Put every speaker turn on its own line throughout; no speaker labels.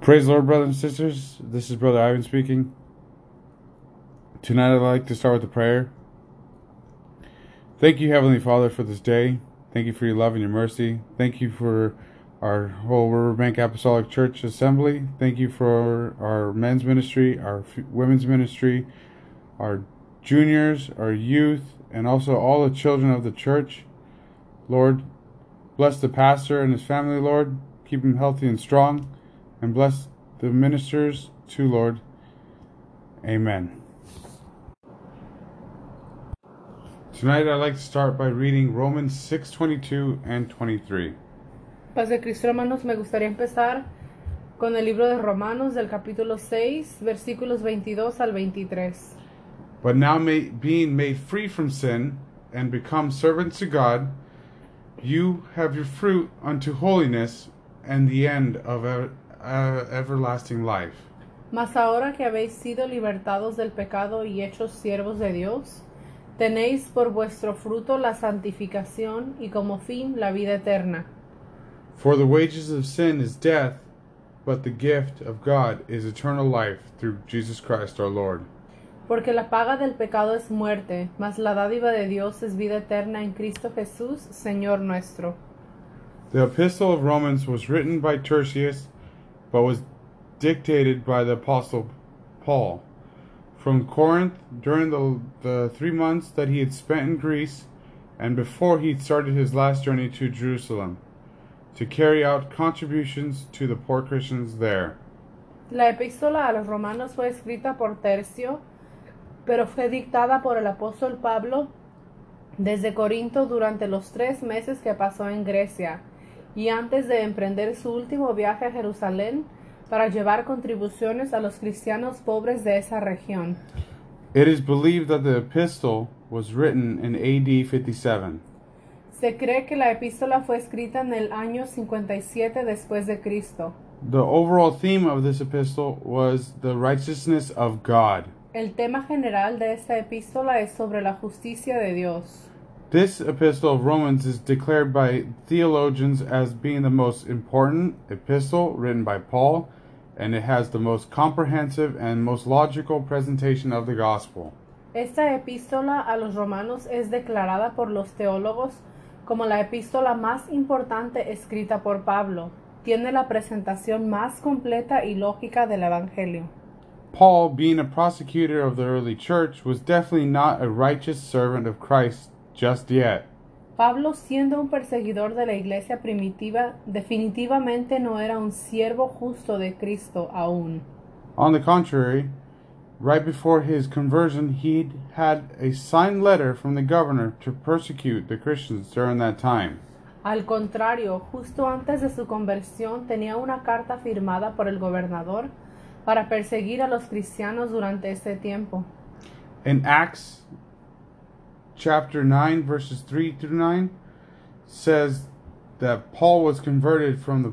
Praise the Lord, brothers and sisters. This is Brother Ivan speaking. Tonight I'd like to start with a prayer. Thank you, Heavenly Father, for this day. Thank you for your love and your mercy. Thank you for our whole Riverbank Apostolic Church Assembly. Thank you for our men's ministry, our f- women's ministry, our juniors, our youth, and also all the children of the church. Lord, bless the pastor and his family, Lord. Keep him healthy and strong. And bless the ministers too, Lord. Amen. Tonight I'd like to start by reading Romans 6:22 and 23.
Paz de Cristo, hermanos, me gustaría empezar con el libro de Romanos del capítulo 6, versículos 22 al 23.
But now, ma- being made free from sin and become servants to God, you have your fruit unto holiness and the end of ev- uh, everlasting life.
Mas ahora que habéis sido libertados del pecado y hechos siervos de Dios, tenéis por vuestro fruto la santificación y como fin la vida eterna.
For the wages of sin is death, but the gift of God is eternal life through Jesus Christ our Lord.
Porque la paga del pecado es muerte, mas la dádiva de Dios es vida eterna en Cristo Jesús, Señor nuestro.
The Epistle of Romans was written by Tertius, but was dictated by the Apostle Paul. From Corinth, during the, the three months that he had spent in Greece, and before he started his last journey to Jerusalem, to carry out contributions to the poor Christians there.
La epístola a los romanos fue escrita por Tercio, pero fue dictada por el apóstol Pablo desde Corinto durante los tres meses que pasó en Grecia y antes de emprender su último viaje a Jerusalén para llevar contribuciones a los cristianos pobres de esa región.
It is believed that the epistle was written in AD 57.
Se cree que la epístola fue escrita en el año 57 después de Cristo.
The overall theme of this epistle was the righteousness of God.
El tema general de esta epístola es sobre la justicia de Dios.
This epistle of Romans is declared by theologians as being the most important epistle written by Paul, and it has the most comprehensive and most logical presentation of the gospel.
Esta epístola a los romanos es declarada por los teólogos como la epístola más importante escrita por Pablo. Tiene la presentación más completa y lógica del Evangelio.
Paul, being a prosecutor of the early church, was definitely not a righteous servant of Christ just yet.
Pablo, siendo un perseguidor de la iglesia primitiva, definitivamente no era un siervo justo de Cristo aún.
On the contrary, right before his conversion, he'd had a signed letter from the governor to persecute the Christians during that time.
Al contrario, justo antes de su conversión tenía una carta firmada por el gobernador para perseguir a los cristianos durante este tiempo.
in Acts chapter 9, verses 3 through 9, says that Paul was converted from the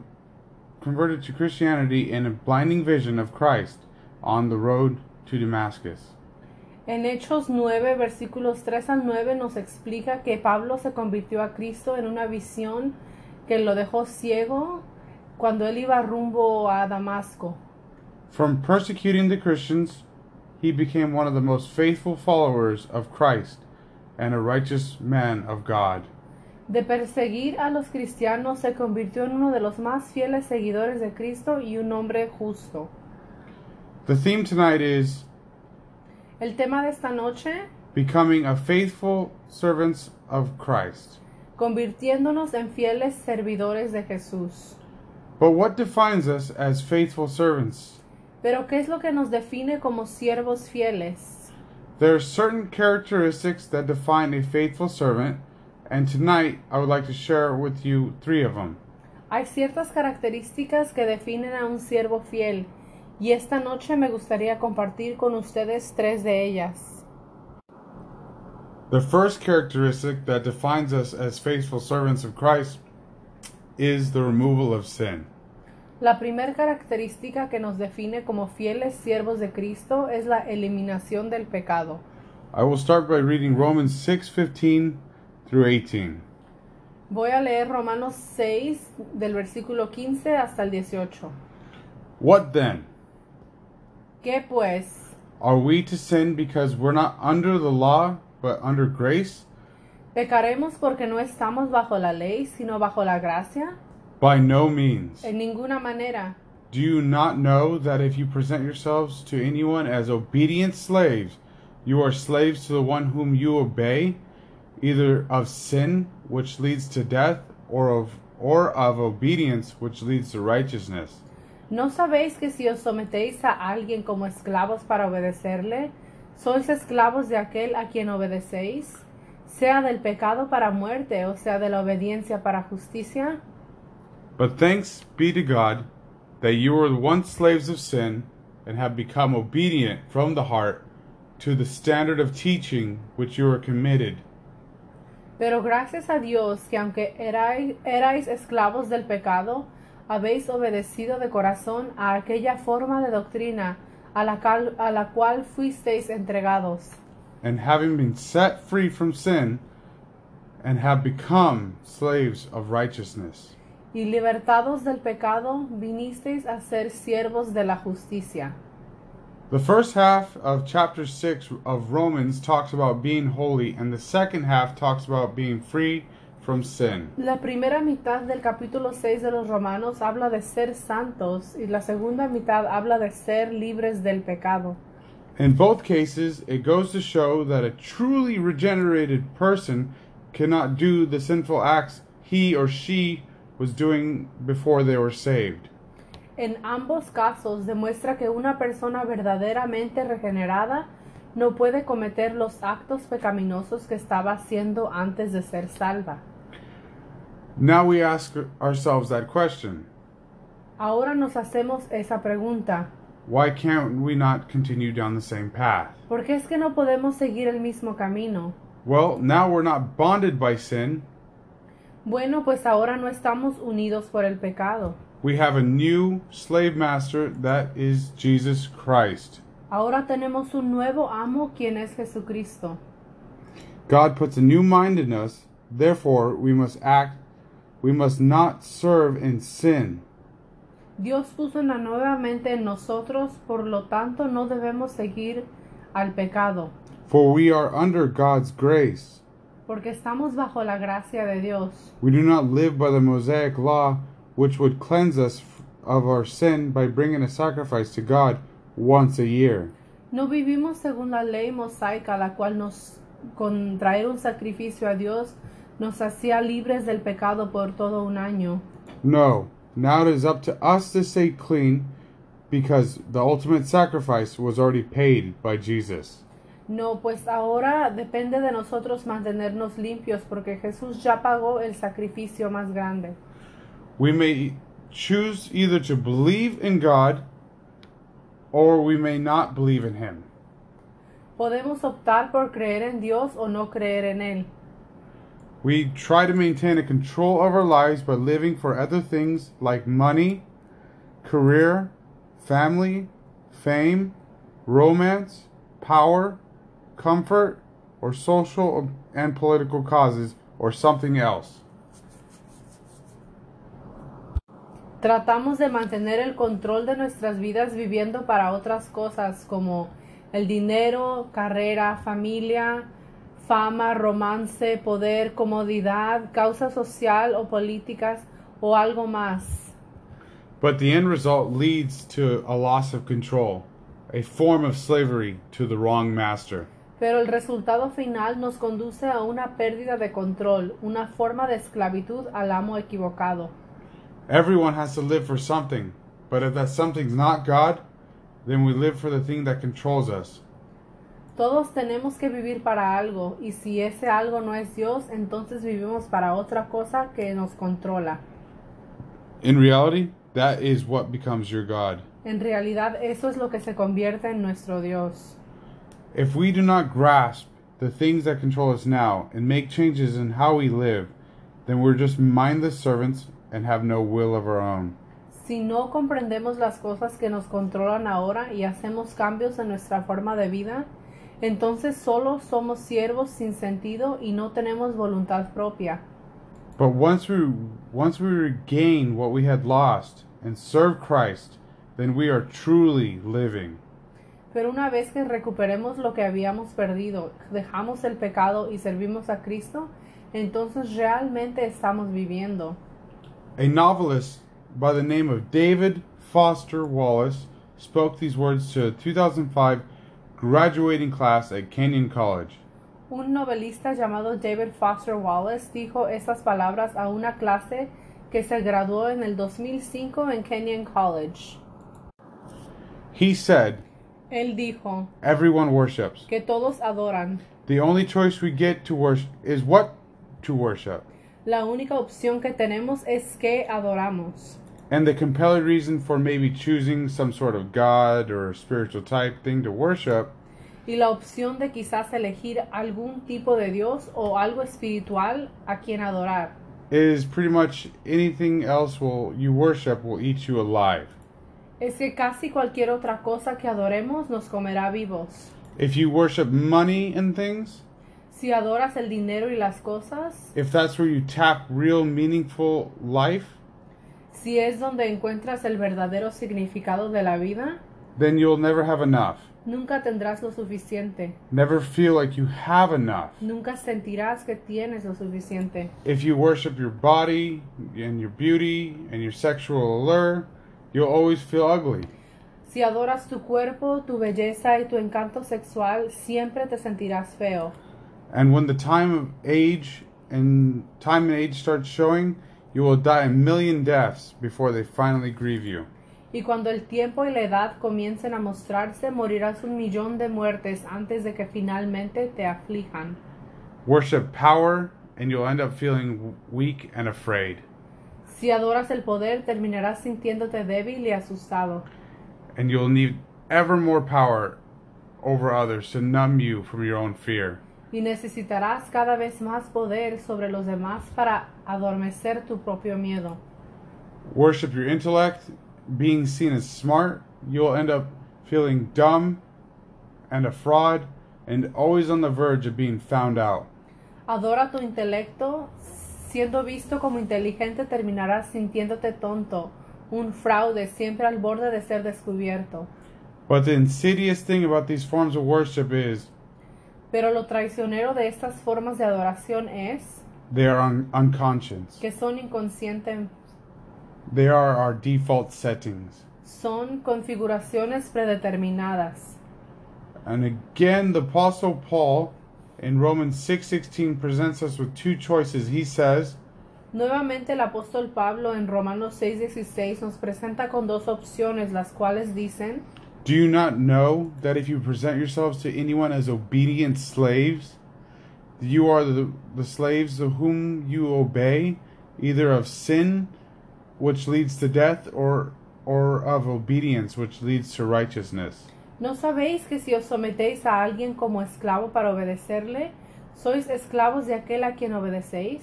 converted to Christianity in a blinding vision of Christ on the road to Damascus.
En Hechos 9, versículos 3 al 9 nos explica que Pablo se convirtió a Cristo en una visión que lo dejó ciego cuando él iba rumbo a Damasco.
From persecuting the Christians, he became one of the most faithful followers of Christ and a righteous man of God.
De perseguir a los cristianos se convirtió en uno de los más fieles seguidores de Cristo y un hombre justo.
The theme tonight is
El tema de esta noche,
becoming a faithful servants of Christ.
convirtiéndonos en fieles servidores de Jesús.
But what defines us as faithful servants?
Pero ¿qué es lo que nos define como siervos fieles?
There are certain characteristics that define a faithful servant, and tonight I would like to share with you three of them.
Hay ciertas características que definen a un siervo fiel y esta noche me gustaría compartir con ustedes tres de ellas.
The first characteristic that defines us as faithful servants of Christ is the removal of sin.
La primera característica que nos define como fieles siervos de Cristo es la eliminación del pecado.
I will start by reading Romans 6:15 through 18.
Voy a leer Romanos 6 del versículo 15 hasta el 18.
What then?
¿Qué pues?
Are we to sin because we're not under the law, but under grace?
¿Pecaremos porque no estamos bajo la ley, sino bajo la gracia?
By no means.
En ninguna manera.
Do you not know that if you present yourselves to anyone as obedient slaves, you are slaves to the one whom you obey, either of sin, which leads to death, or of or of obedience, which leads to righteousness?
¿No sabéis que si os sometéis a alguien como esclavos para obedecerle, sois esclavos de aquel a quien obedecéis, sea del pecado para muerte o sea de la obediencia para justicia?
But thanks be to God that you were once slaves of sin and have become obedient from the heart to the standard of teaching which you are committed.
Pero gracias a Dios que aunque erai- erais esclavos del pecado, habéis obedecido de corazón a aquella forma de doctrina a la, cal- a la cual fuisteis entregados.
and having been set free from sin, and have become slaves of righteousness.
Y libertados del pecado, vinisteis a ser siervos de la justicia.
The first half of chapter 6 of Romans talks about being holy, and the second half talks about being free from sin.
La primera mitad del capítulo 6 de los Romanos habla de ser santos y la segunda mitad habla de ser libres del pecado.
In both cases, it goes to show that a truly regenerated person cannot do the sinful acts he or she was doing before they were saved.
En ambos casos demuestra que una persona verdaderamente regenerada no puede cometer los actos pecaminosos que estaba haciendo antes de ser salva.
Now we ask ourselves that question
Ahora nos hacemos esa pregunta.
why can't we not continue down the same path?
¿Por qué es que no podemos seguir el mismo camino?
Well, now we're not bonded by sin.
Bueno, pues ahora no estamos unidos por el pecado.
We have a new slave master that is Jesus Christ.
Ahora tenemos un nuevo amo quien es Jesucristo.
God puts a new mind in us, therefore we must act we must not serve in sin.
Dios puso una nueva mente en nosotros, por lo tanto no debemos seguir al pecado,
For we are under God's grace.
porque estamos bajo la gracia de Dios.
We do not live by the Mosaic law, which would cleanse us f- of our sin by bringing a sacrifice to God once a year.
No vivimos según la ley mosaica, la cual nos contraer un sacrificio a Dios nos hacía libres del pecado por todo un año.
No, now it is up to us to stay clean because the ultimate sacrifice was already paid by Jesus.
No, pues ahora depende de nosotros mantenernos limpios, porque Jesús ya pagó el sacrificio más grande.
We may choose either to believe in God or we may not believe in Him.
Podemos optar por creer en Dios o no creer en Él.
We try to maintain a control of our lives by living for other things like money, career, family, fame, romance, power, comfort, or social and political causes, or something else.
Tratamos de mantener el control de nuestras vidas viviendo para otras cosas como el dinero, carrera, familia, fama, romance, poder, comodidad, causa social o políticas o algo más.
But the end result leads to a loss of control, a form of slavery to the wrong master.
Pero el resultado final nos conduce a una pérdida de control, una forma de esclavitud al amo equivocado.
Everyone has to live for something, but if that something's not God, then we live for the thing that controls us.
Todos tenemos que vivir para algo y si ese algo no es Dios, entonces vivimos para otra cosa que nos controla.
In reality, that is what becomes your God.
En realidad eso es lo que se convierte en nuestro Dios.
If we do not grasp the things that control us now and make changes in how we live, then we're just mindless servants and have no will of our own.
Si no comprendemos las cosas que nos controlan ahora y hacemos cambios en nuestra forma de vida, entonces solo somos siervos sin sentido y no tenemos voluntad propia.
But once we once we regain what we had lost and serve Christ, then we are truly living.
Pero una vez que recuperemos lo que habíamos perdido, dejamos el pecado y servimos a Cristo, entonces realmente estamos viviendo.
A novelist by the name of David Foster Wallace spoke these words to a 2005 graduating class at Kenyon College.
Un novelista llamado David Foster Wallace dijo estas palabras a una clase que se graduó en el 2005 en Kenyon College.
He said,
Él dijo
Everyone worships.
que todos adoran.
The only choice we get to worship is what to worship.
La única opción que tenemos es que adoramos.
And the compelling reason for maybe choosing some sort of God or spiritual type thing to worship
Y la opción de quizás elegir algún tipo de Dios o algo espiritual a quien adorar.
is pretty much anything else will you worship will eat you alive.
Es que casi cualquier otra cosa que adoremos nos comerá vivos.
If you worship money and things,
Si adoras el dinero y las cosas,
if that's where you tap real meaningful life,
si es donde encuentras el verdadero significado de la vida,
then you'll never have enough.
nunca tendrás lo suficiente.
Never feel like you have enough.
Nunca sentirás que tienes lo suficiente.
If you worship your body and your beauty and your sexual allure, you'll always feel ugly.
Si adoras tu cuerpo, tu belleza y tu encanto sexual, siempre te sentirás feo.
And when the time of age and time and age starts showing, you will die a million deaths before they finally grieve you.
Y cuando el tiempo y la edad comiencen a mostrarse, morirás un millón de muertes antes de que finalmente te aflijan.
Worship power, and you'll end up feeling weak and afraid.
Si adoras el poder, terminarás sintiéndote débil y asustado.
And you'll need ever more power over others to numb you from your own fear.
Y necesitarás cada vez más poder sobre los demás para adormecer tu propio miedo.
Worship your intellect, being seen as smart, you'll end up feeling dumb and a fraud and always on the verge of being found out.
Adora tu intelecto, siendo visto como inteligente terminarás sintiéndote tonto, un fraude siempre al borde de ser descubierto.
But the insidious thing about these forms of worship is
Pero lo traicionero de estas formas de adoración es
They are un- unconscious.
que son inconscientes,
They are our default settings.
son configuraciones predeterminadas.
And again, the Apostle Paul in Romans 6.16 presents us with two choices. He says,
Nuevamente el apóstol Pablo en Romanos 6:16 nos presenta con dos opciones, las cuales dicen
Do you not know that if you present yourselves to anyone as obedient slaves, you are the, the slaves of whom you obey, either of sin, which leads to death, or, or of obedience, which leads to righteousness?
¿No sabéis que si os sometéis a alguien como esclavo para obedecerle, sois esclavos de aquel a quien obedecéis?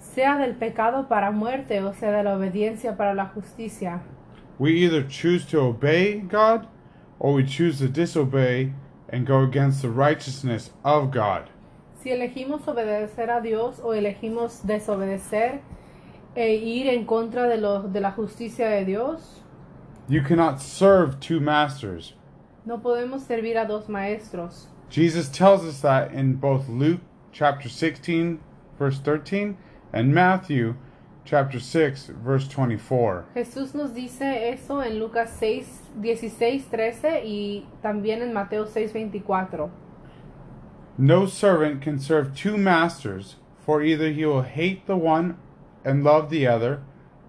Sea del pecado para muerte o sea de la obediencia para la justicia.
We either choose to obey God or we choose to disobey and go against the righteousness of God.
Si elegimos obedecer a Dios o elegimos desobedecer e ir en contra de, lo- de la justicia de Dios,
You cannot serve two masters.
no podemos servir a dos maestros.
Jesus tells us that in both Luke chapter 16 verse 13 and Matthew chapter 6 verse 24.
Jesús nos dice eso en Lucas 6, 16, 13 y también en Mateo 6, 24.
No servant can serve two masters, for either he will hate the one and love the other,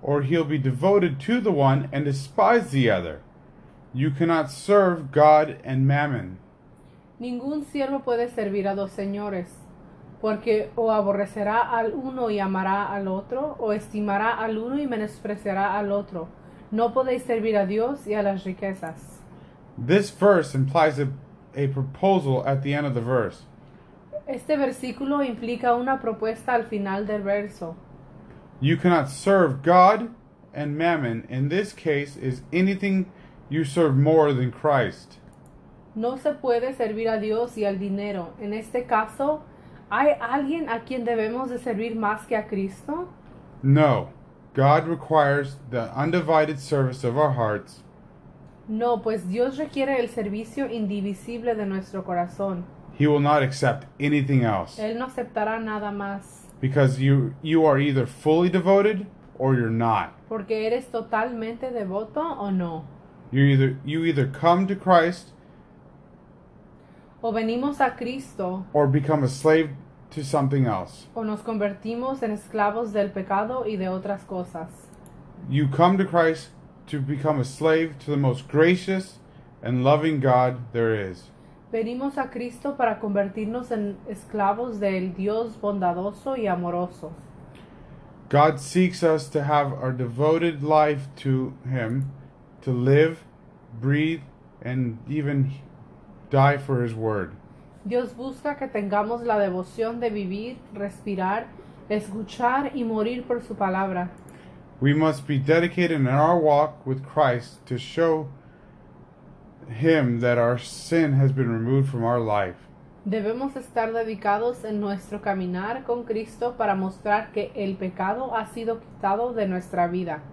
or he'll be devoted to the one and despise the other. You cannot serve God and mammon.
Ningún siervo puede servir a dos señores, porque o aborrecerá al uno y amará al otro, o estimará al uno y menospreciará al otro. No podéis servir a Dios y a las riquezas.
This verse implies a, a proposal at the end of the verse.
Este versículo implica una propuesta al final del verso.
You cannot serve God and mammon. In this case, is anything you serve more than Christ.
No se puede servir a Dios y al dinero. En este caso, ¿hay alguien a quien debemos de servir más que a Cristo?
No, God requires the undivided service of our hearts
No, pues Dios requiere el servicio indivisible de nuestro corazón.
He will not accept anything else
Él no aceptará nada más,
because you you are either fully devoted or you're not.
porque eres totalmente devoto o no.
You either you either come to Christ
O venimos a Cristo
or become a slave to something else.
o nos convertimos en esclavos del pecado y de otras cosas.
You come to Christ to become a slave to the most gracious and loving God there is.
Venimos a Cristo para convertirnos en esclavos del Dios bondadoso y amoroso.
God seeks us to have our devoted life to Him, to live, breathe, and even die for His Word.
Dios busca que tengamos la devoción de vivir, respirar, escuchar y morir por su palabra.
We must be dedicated in our walk with Christ to show Him that our sin has been removed from our life.
Debemos estar dedicados en nuestro caminar con Cristo para mostrar que el pecado ha sido quitado de nuestra vida.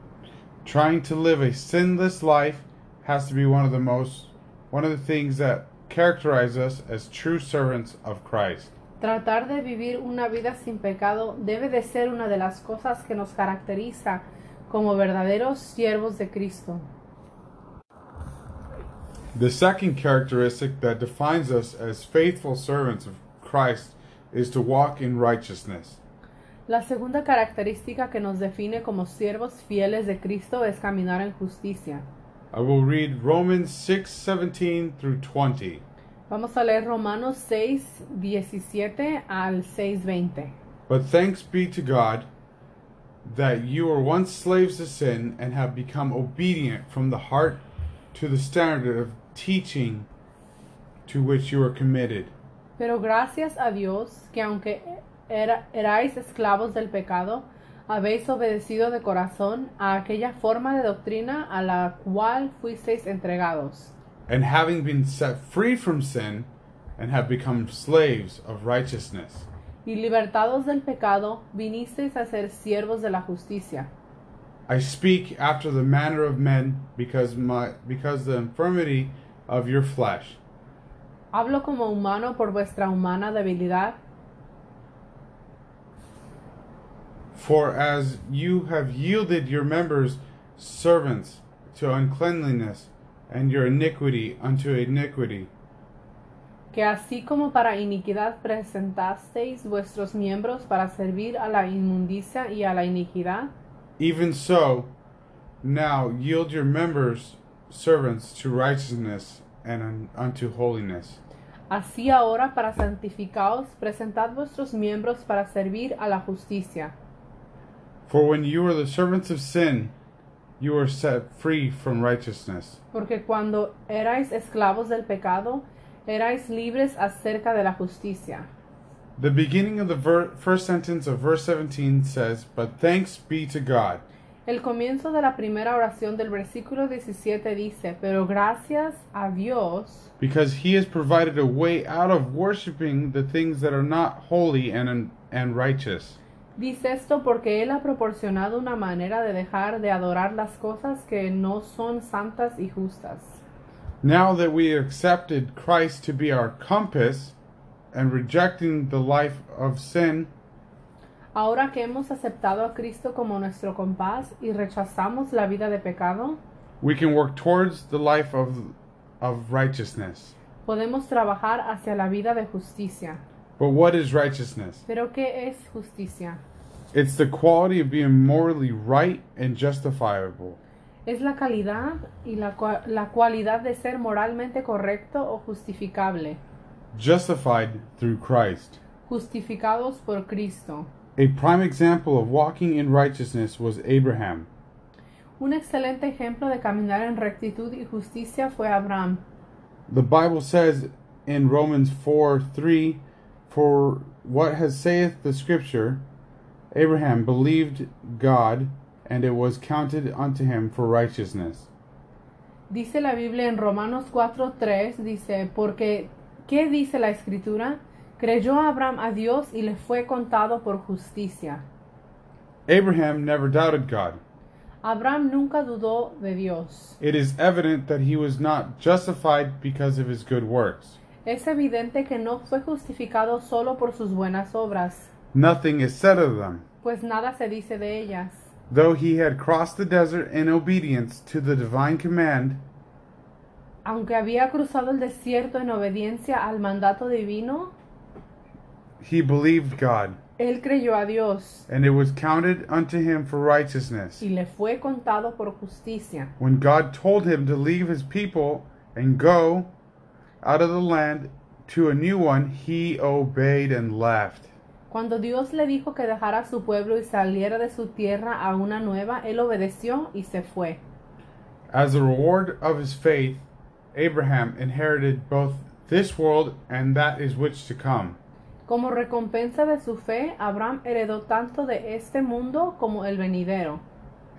Trying to live a sinless life has to be one of the most, one of the things that characterize us as true servants of Christ.
Tratar de vivir una vida sin pecado debe de ser una de las cosas que nos caracteriza como verdaderos siervos de Cristo.
The second characteristic that defines us as faithful servants of Christ is to walk in righteousness.
La segunda característica que nos define como siervos fieles de Cristo es caminar en justicia.
I will read Romans 6:17 through 20.
Vamos a leer Romanos 6, 17 al 6, 20.
But thanks be to God that you were once slaves to sin and have become obedient from the heart to the standard of teaching to which you are committed.
Pero gracias a Dios que aunque era- erais esclavos del pecado, habéis obedecido de corazón a aquella forma de doctrina a la cual fuisteis entregados.
And having been set free from sin and have become slaves of righteousness.
Y libertados del pecado, vinisteis a ser siervos de la justicia.
I speak after the manner of men because my because the infirmity of your flesh.
Hablo como humano por vuestra humana debilidad,
For as you have yielded your members servants to uncleanliness and your iniquity unto iniquity,
que así como para iniquidad presentasteis vuestros miembros para servir a la inmundicia y a la iniquidad,
even so now yield your members servants to righteousness and un- unto holiness.
Así ahora, para santificaos, presentad vuestros miembros para servir a la justicia.
For when you are the servants of sin, you are set free from righteousness.
Porque cuando erais esclavos del pecado, erais libres acerca de la justicia.
The beginning of the ver- first sentence of verse 17 says, But thanks be to God.
El comienzo de la primera oración del versículo 17 dice, pero gracias a Dios,
because he has provided a way out of worshiping the things that are not holy and and righteous
dice esto porque Él ha proporcionado una manera de dejar de adorar las cosas que no son santas y justas.
now that we accepted Christ to be our compass and rejecting the life of sin
Ahora que hemos aceptado a Cristo como nuestro compás y rechazamos la vida de pecado,
we can work towards the life of of righteousness
podemos trabajar hacia la vida de justicia.
but what is righteousness
Pero ¿qué es justicia?
it's the quality of being morally right and justifiable
Es la calidad y la, cua- la cualidad de ser moralmente correcto o justificable,
justified through Christ
justificados por Cristo.
a prime example of walking in righteousness was Abraham
Un excelente ejemplo de caminar en rectitud y justicia fue Abraham.
The Bible says in Romans 4 3, For what has saith the Scripture, Abraham believed God, and it was counted unto him for righteousness.
Dice la Biblia en Romanos 4:3, dice, porque, ¿qué dice la escritura? Creyó Abraham a Dios y le fue contado por justicia.
Abraham never doubted God.
Abraham nunca dudó de Dios.
It is evident that he was not justified because of his good works.
Es evidente que no fue justificado solo por sus buenas obras,
Nothing is said of them.
pues nada se dice de ellas.
Though he had crossed the desert in obedience to the divine command,
Aunque había cruzado el desierto en obediencia al mandato divino,
he believed God,
él creyó a Dios
and it was counted unto him for righteousness.
y le fue contado por justicia.
When God told him to leave his people and go out of the land to a new one, he obeyed and left.
Cuando Dios le dijo que dejara a su pueblo y saliera de su tierra a una nueva, él obedeció y se fue.
As a reward of his faith, Abraham inherited both this world and that is which to come.
Como recompensa de su fe, Abraham heredó tanto de este mundo como el venidero.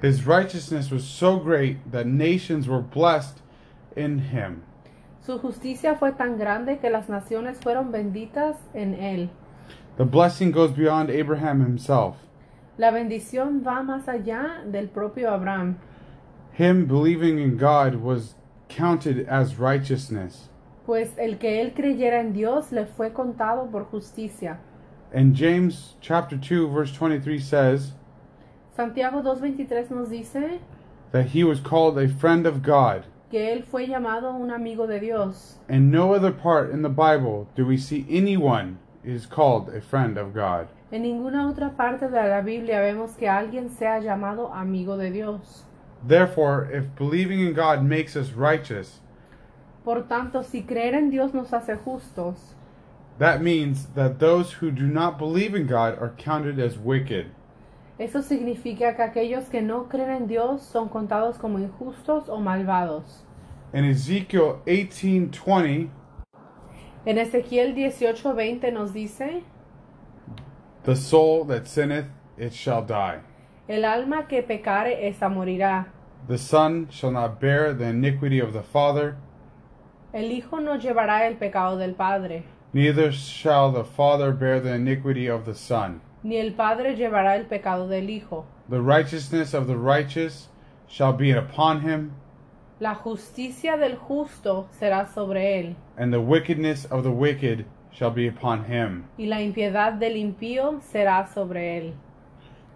His righteousness was so great that nations were blessed in him.
Su justicia fue tan grande que las naciones fueron benditas en él.
The blessing goes beyond Abraham himself.
La bendición va más allá del propio Abraham.
Him believing in God was counted as righteousness.
Pues el que él creyera en Dios le fue contado por justicia.
And James chapter 2 verse 23 says
Santiago 2.23 nos dice
that he was called a friend of God.
que él fue llamado un amigo de Dios.
And no other part in the Bible do we see anyone is called a friend of God.
En ninguna otra parte de la Biblia vemos que alguien sea llamado amigo de Dios.
Therefore, if believing in God makes us righteous,
Por tanto, si creer en Dios nos hace justos,
that means that those who do not believe in God are counted as wicked.
eso significa que aquellos que no creen en Dios son contados como injustos o malvados.
In Ezekiel 18:20,
En Ezequiel 18:20 nos dice,
the soul that sinneth it shall die.
el alma que pecare, esa morirá.
The son shall not bear the iniquity of the father,
El Hijo no llevará el pecado del Padre,
neither shall the father bear the iniquity of the son.
ni el Padre llevará el pecado del Hijo.
The righteousness of the righteous shall be upon him,
La justicia del justo será sobre él,
and the wickedness of the wicked shall be upon him.
y la impiedad del impío será sobre él.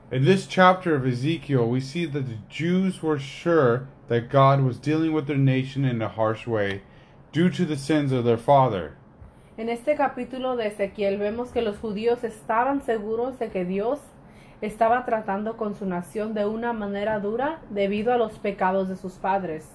In this chapter of Ezekiel, we see that the Jews were sure that God was dealing with their nation in a harsh way due to the sins of their father.
En este capítulo de Ezequiel vemos que los judíos estaban seguros de que Dios estaba tratando con su nación de una manera dura debido a los pecados de sus padres.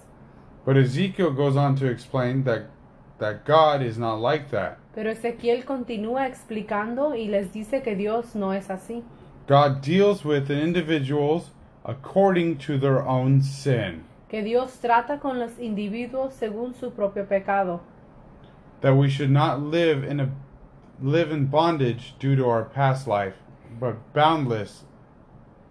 But Ezekiel goes on to explain that, that God is not like that.
Pero Ezequiel continúa explicando y les dice que Dios no es así.
God deals with individuals according to their own sin.
que Dios trata con los individuos según su propio pecado,
That we should not live in a live in bondage due to our past life, but boundless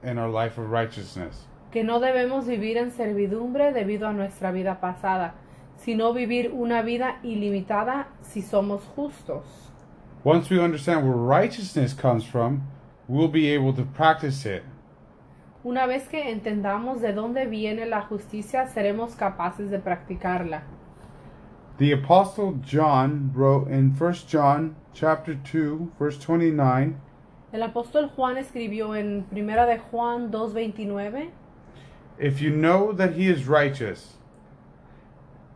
in our life of righteousness.
que no debemos vivir en servidumbre debido a nuestra vida pasada, sino vivir una vida ilimitada si somos justos.
Once we understand where righteousness comes from, we'll be able to practice it.
Una vez que entendamos de dónde viene la justicia, seremos capaces de practicarla.
The apostle John wrote in 1 John chapter 2 verse 29
El apóstol Juan escribió en 1 de Juan 2:29,
If you know that he is righteous,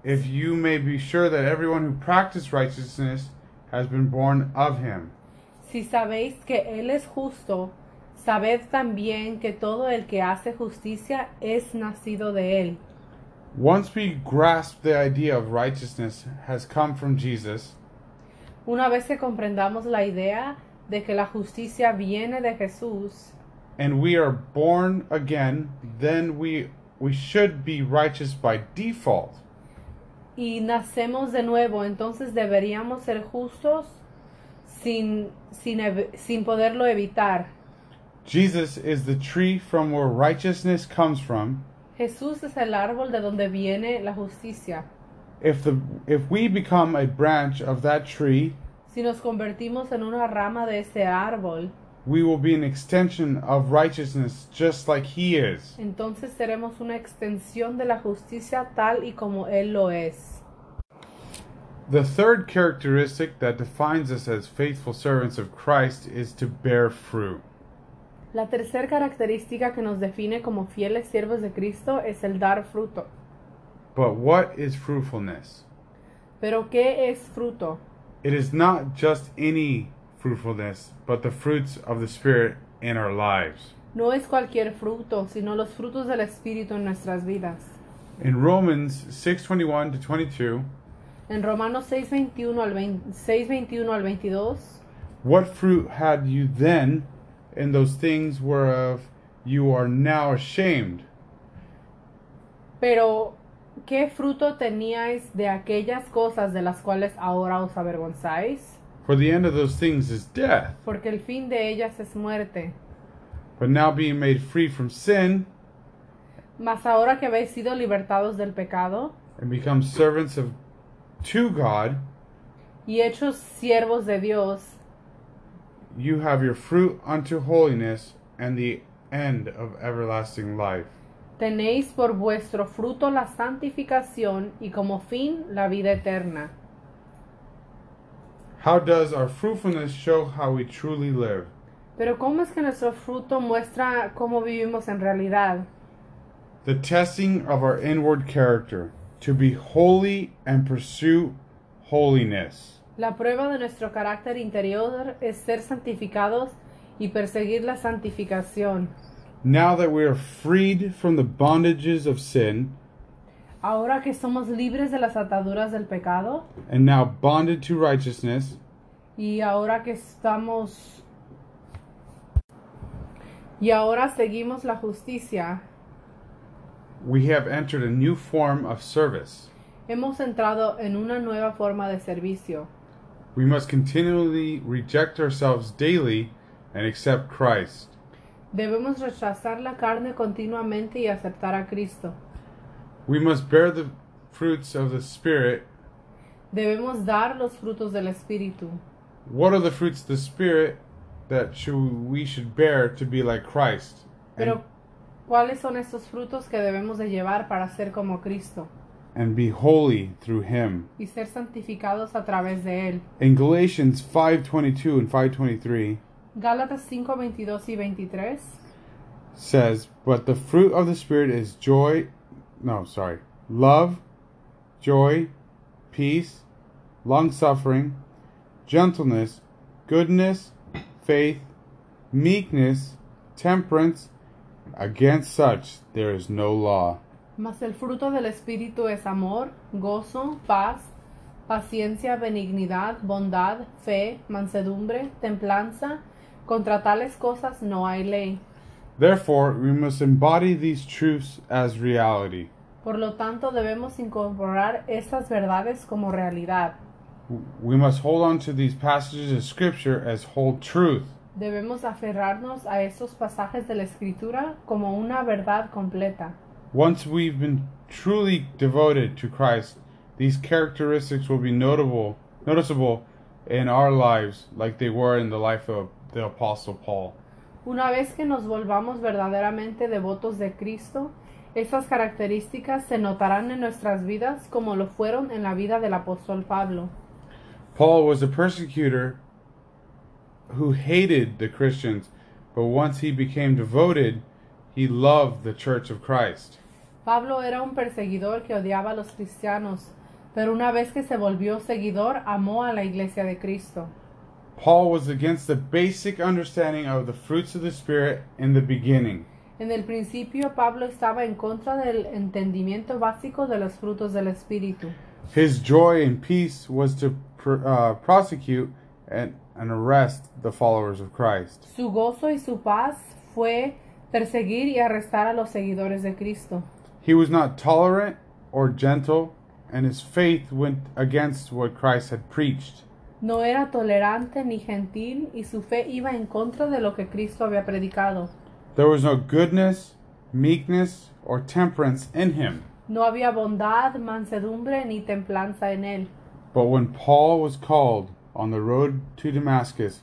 if you may be sure that everyone who practices righteousness has been born of him.
si sabéis que él es justo, sabed también que todo el que hace justicia es nacido de él.
Once we grasp the idea of righteousness has come from Jesus,
Una vez que comprendamos la idea de que la justicia viene de Jesús
and we are born again, then we we should be righteous by default.
y nacemos de nuevo, entonces deberíamos ser justos sin, sin, ev- sin poderlo evitar.
Jesus is the tree from where righteousness comes from.
Jesús es el árbol de donde viene la justicia.
If the if we become a branch of that tree,
Si nos convertimos en una rama de ese árbol,
we will be an extension of righteousness just like He is.
entonces seremos una extensión de la justicia tal y como Él lo es.
The third characteristic that defines us as faithful servants of Christ is to bear fruit.
La tercera característica que nos define como fieles siervos de Cristo es el dar fruto.
But what is fruitfulness?
Pero ¿qué es fruto?
It is not just any fruitfulness, but the fruits of the Spirit in our lives.
No es cualquier fruto, sino los frutos del Espíritu en nuestras vidas.
In Romans 6:21 to 22,
En Romanos 6:21 al 20 6:21 al 22
what fruit had you then in those things whereof you are now ashamed?
Pero, ¿qué fruto teníais de aquellas cosas de las cuales ahora os avergonzáis?
For the end of those things is death.
Porque el fin de ellas es muerte.
But now being made free from sin
Mas ahora que habéis sido libertados del pecado
and become servants of to God,
y hechos siervos de Dios,
you have your fruit unto holiness and the end of everlasting life.
tenéis por vuestro fruto la santificación y como fin la vida eterna.
How does our fruitfulness show how we truly live?
Pero ¿cómo es que nuestro fruto muestra cómo vivimos en realidad?
The testing of our inward character to be holy and pursue holiness.
La prueba de nuestro carácter interior es ser santificados y perseguir la santificación.
Now that we are freed from the bondages of sin
Ahora que somos libres de las ataduras del pecado
and now bonded to righteousness,
y ahora que estamos y ahora seguimos la justicia,
we have entered a new form of service.
hemos entrado en una nueva forma de servicio.
We must continually reject ourselves daily and accept Christ.
Debemos rechazar la carne continuamente y aceptar a Cristo.
We must bear the fruits of the Spirit.
Debemos dar los frutos del Espíritu.
What are the fruits of the Spirit that should, we should bear to be like Christ?
Pero, ¿cuáles son estos frutos que debemos de llevar para ser como Cristo
and be holy through him.
y ser santificados a través de Él?
In Galatians 5:22 and 5:23
Gálatas 5, 22 y 23
says, "But the fruit of the spirit is joy, no, sorry, love, joy, peace, long-suffering, gentleness, goodness, faith, meekness, temperance. Against such there is no law."
Mas el fruto del Espíritu es amor, gozo, paz, paciencia, benignidad, bondad, fe, mansedumbre, templanza. Contra tales cosas no hay ley.
Therefore, we must embody these truths as reality.
Por lo tanto, debemos incorporar estas verdades como realidad.
We must hold on to these passages of Scripture as whole truth.
Debemos aferrarnos a estos pasajes de la Escritura como una verdad completa.
Once we've been truly devoted to Christ, these characteristics will be notable, noticeable in our lives, like they were in the life of the Apostle Paul.
Una vez que nos volvamos verdaderamente devotos de Cristo, estas características se notarán en nuestras vidas como lo fueron en la vida del apóstol Pablo.
Paul was a persecutor who hated the Christians, but once he became devoted, he loved the Church of Christ.
Pablo era un perseguidor que odiaba a los cristianos, pero una vez que se volvió seguidor, amó a la iglesia de Cristo.
Paul was against the basic understanding of the fruits of the Spirit in the beginning.
En el principio, Pablo estaba en contra del entendimiento básico de los frutos del Espíritu.
His joy and peace was to pr- uh, prosecute and, and arrest the followers of Christ.
Su gozo y su paz fue perseguir y arrestar a los seguidores de Cristo.
He was not tolerant or gentle, and his faith went against what Christ had preached.
No era tolerante ni gentil y su fe iba en contra de lo que Cristo había predicado.
There was no goodness, meekness, or temperance in him.
No había bondad, mansedumbre ni templanza en él.
But when Paul was called on the road to Damascus,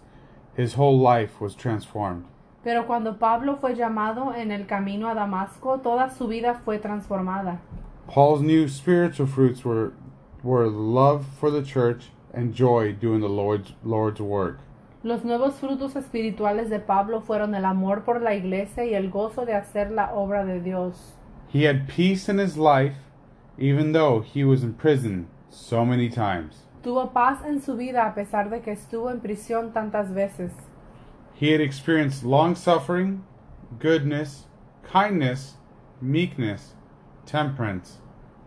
His whole life was transformed.
Pero cuando Pablo fue llamado en el camino a Damasco, toda su vida fue transformada.
Paul's new spiritual fruits were were love for the church and joy doing the Lord's Lord's work.
Los nuevos frutos espirituales de Pablo fueron el amor por la iglesia y el gozo de hacer la obra de Dios.
He had peace in his life even though he was in prison so many times.
Tuvo paz en su vida a pesar de que estuvo en prisión tantas veces.
He had experienced long suffering, goodness, kindness, meekness, temperance,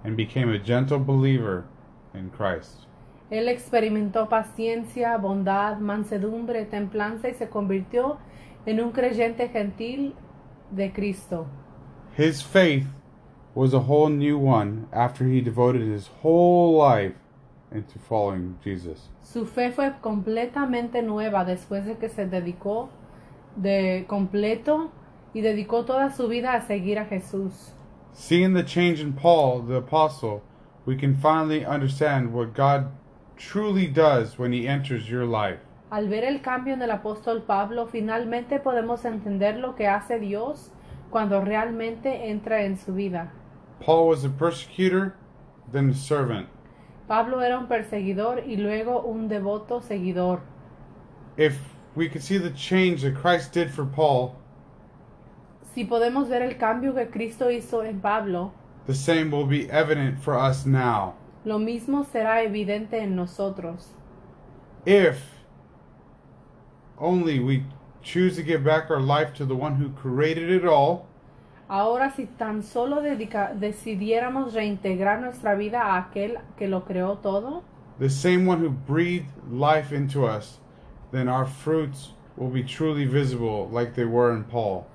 and became a gentle believer in Christ.
Él experimentó paciencia, bondad, mansedumbre, templanza y se convirtió en un creyente gentil de Cristo.
His faith was a whole new one after he devoted his whole life into following Jesus.
Su fe fue completamente nueva después de que se dedicó de completo y dedicó toda su vida a seguir a Jesús.
Seeing the change in Paul, the apostle, we can finally understand what God truly does when he enters your life.
Al ver el cambio en el apóstol Pablo, finalmente podemos entender lo que hace Dios cuando realmente entra en su vida.
Paul was a persecutor, then a servant.
Pablo era un perseguidor y luego un devoto seguidor.
If we could see the change that Christ did for Paul,
Si podemos ver el cambio que Cristo hizo en Pablo,
the same will be evident for us now.
lo mismo será evidente en nosotros.
If only we choose to give back our life to the one who created it all,
Ahora si tan solo dedica- decidiéramos reintegrar nuestra vida a aquel que lo creó todo,
the same one who breathed life into us, then our fruits will be truly visible like they were in Paul.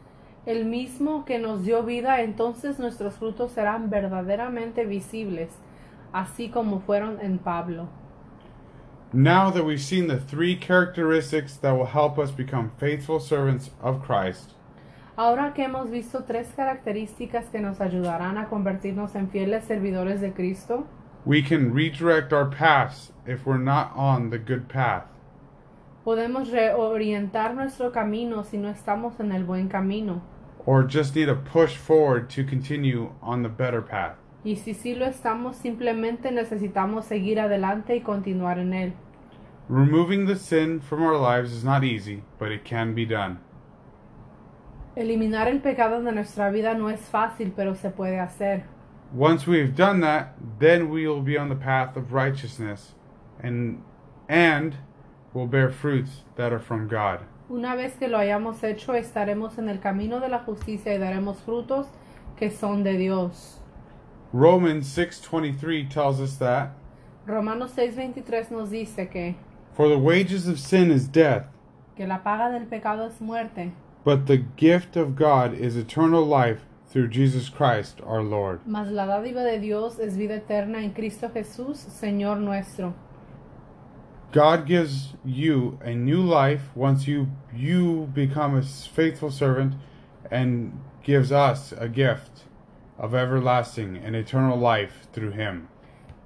el mismo que nos dio vida, entonces nuestros frutos serán verdaderamente visibles, así como fueron en Pablo.
Now that we've seen the three characteristics that will help us become faithful servants of Christ,
Ahora que hemos visto tres características que nos ayudarán a convertirnos en fieles servidores de Cristo,
we can redirect our paths if we're not on the good path.
podemos reorientar nuestro camino si no estamos en el buen camino.
or just need a push forward to continue on the better path.
Y si sí lo estamos, simplemente necesitamos seguir adelante y continuar en él.
Removing the sin from our lives is not easy, but it can be done.
Eliminar el pecado de nuestra vida no es fácil, pero se puede hacer.
Once we have done that, then we will be on the path of righteousness and and will bear fruits that are from God.
Una vez que lo hayamos hecho, estaremos en el camino de la justicia y daremos frutos que son de Dios.
Romans 6:23 tells us that
Romanos 6:23 nos dice que,
for the wages of sin is death,
que la paga del pecado es muerte,
but the gift of God is eternal life through Jesus Christ our Lord.
mas la dádiva de Dios es vida eterna en Cristo Jesús, Señor nuestro.
God gives you a new life once you you become a faithful servant and gives us a gift of everlasting and eternal life through him.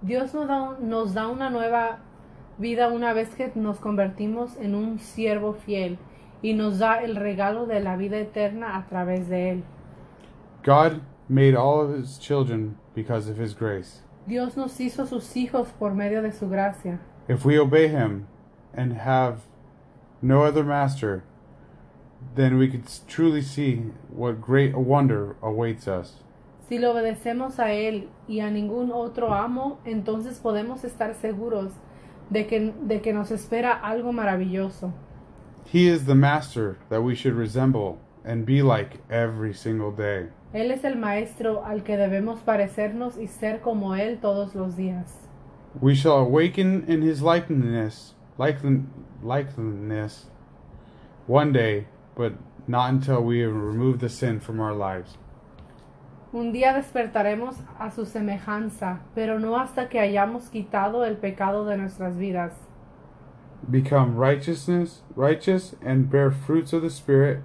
Dios nos da, un- nos da una nueva vida una vez que nos convertimos en un siervo fiel y nos da el regalo de la vida eterna a través de Él.
God made all of his children because of his grace.
Dios nos hizo sus hijos por medio de su gracia.
If we obey him and have no other master, then we could s- truly see what great wonder awaits us.
Si le obedecemos a Él y a ningún otro amo, entonces podemos estar seguros de que, de que nos espera algo maravilloso.
He is the master that we should resemble and be like every single day.
Él es el Maestro al que debemos parecernos y ser como Él todos los días.
We shall awaken in his likeness, liken, likeness one day, but not until we have removed the sin from our lives.
Un día despertaremos a su semejanza, pero no hasta que hayamos quitado el pecado de nuestras vidas.
Become righteousness, righteous, and bear fruits of the Spirit,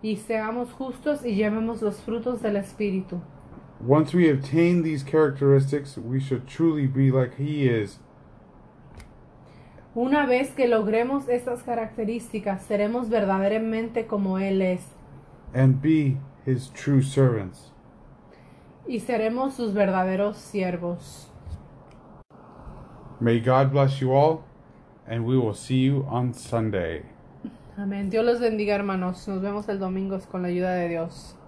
Y seamos justos y llevemos los frutos del Espíritu.
Once we obtain these characteristics, we shall truly be like He is.
Una vez que logremos estas características, seremos verdaderamente como Él es
and be his true servants.
y seremos sus verdaderos siervos.
May God bless you all, and we will see you on Sunday.
Amén. Dios los bendiga, hermanos. Nos vemos el domingo con la ayuda de Dios.